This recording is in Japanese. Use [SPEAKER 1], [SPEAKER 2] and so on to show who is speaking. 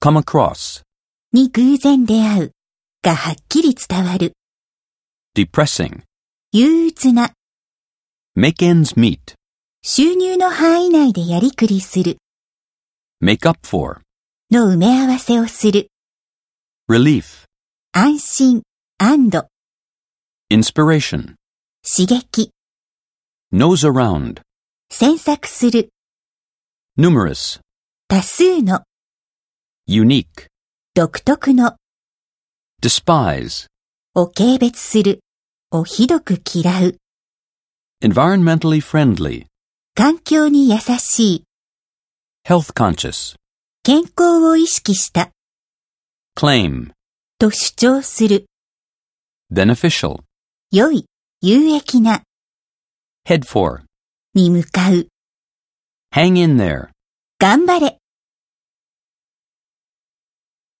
[SPEAKER 1] come across,
[SPEAKER 2] に偶然出会うがはっきり伝わる
[SPEAKER 1] depressing,
[SPEAKER 2] 憂鬱な
[SPEAKER 1] make ends meet,
[SPEAKER 2] 収入の範囲内でやりくりする
[SPEAKER 1] make up for,
[SPEAKER 2] の埋め合わせをする
[SPEAKER 1] relief,
[SPEAKER 2] 安心安堵
[SPEAKER 1] inspiration,
[SPEAKER 2] 刺激
[SPEAKER 1] nose around,
[SPEAKER 2] 詮索する
[SPEAKER 1] numerous,
[SPEAKER 2] 多数の
[SPEAKER 1] unique,
[SPEAKER 2] 独特の
[SPEAKER 1] despise,
[SPEAKER 2] を軽蔑するをひどく嫌う
[SPEAKER 1] environmentally friendly,
[SPEAKER 2] 環境に優しい
[SPEAKER 1] health conscious,
[SPEAKER 2] 健康を意識した
[SPEAKER 1] claim,
[SPEAKER 2] と主張する
[SPEAKER 1] beneficial,
[SPEAKER 2] 良い有益な
[SPEAKER 1] head for,
[SPEAKER 2] に向かう
[SPEAKER 1] hang in there.
[SPEAKER 2] 頑張れ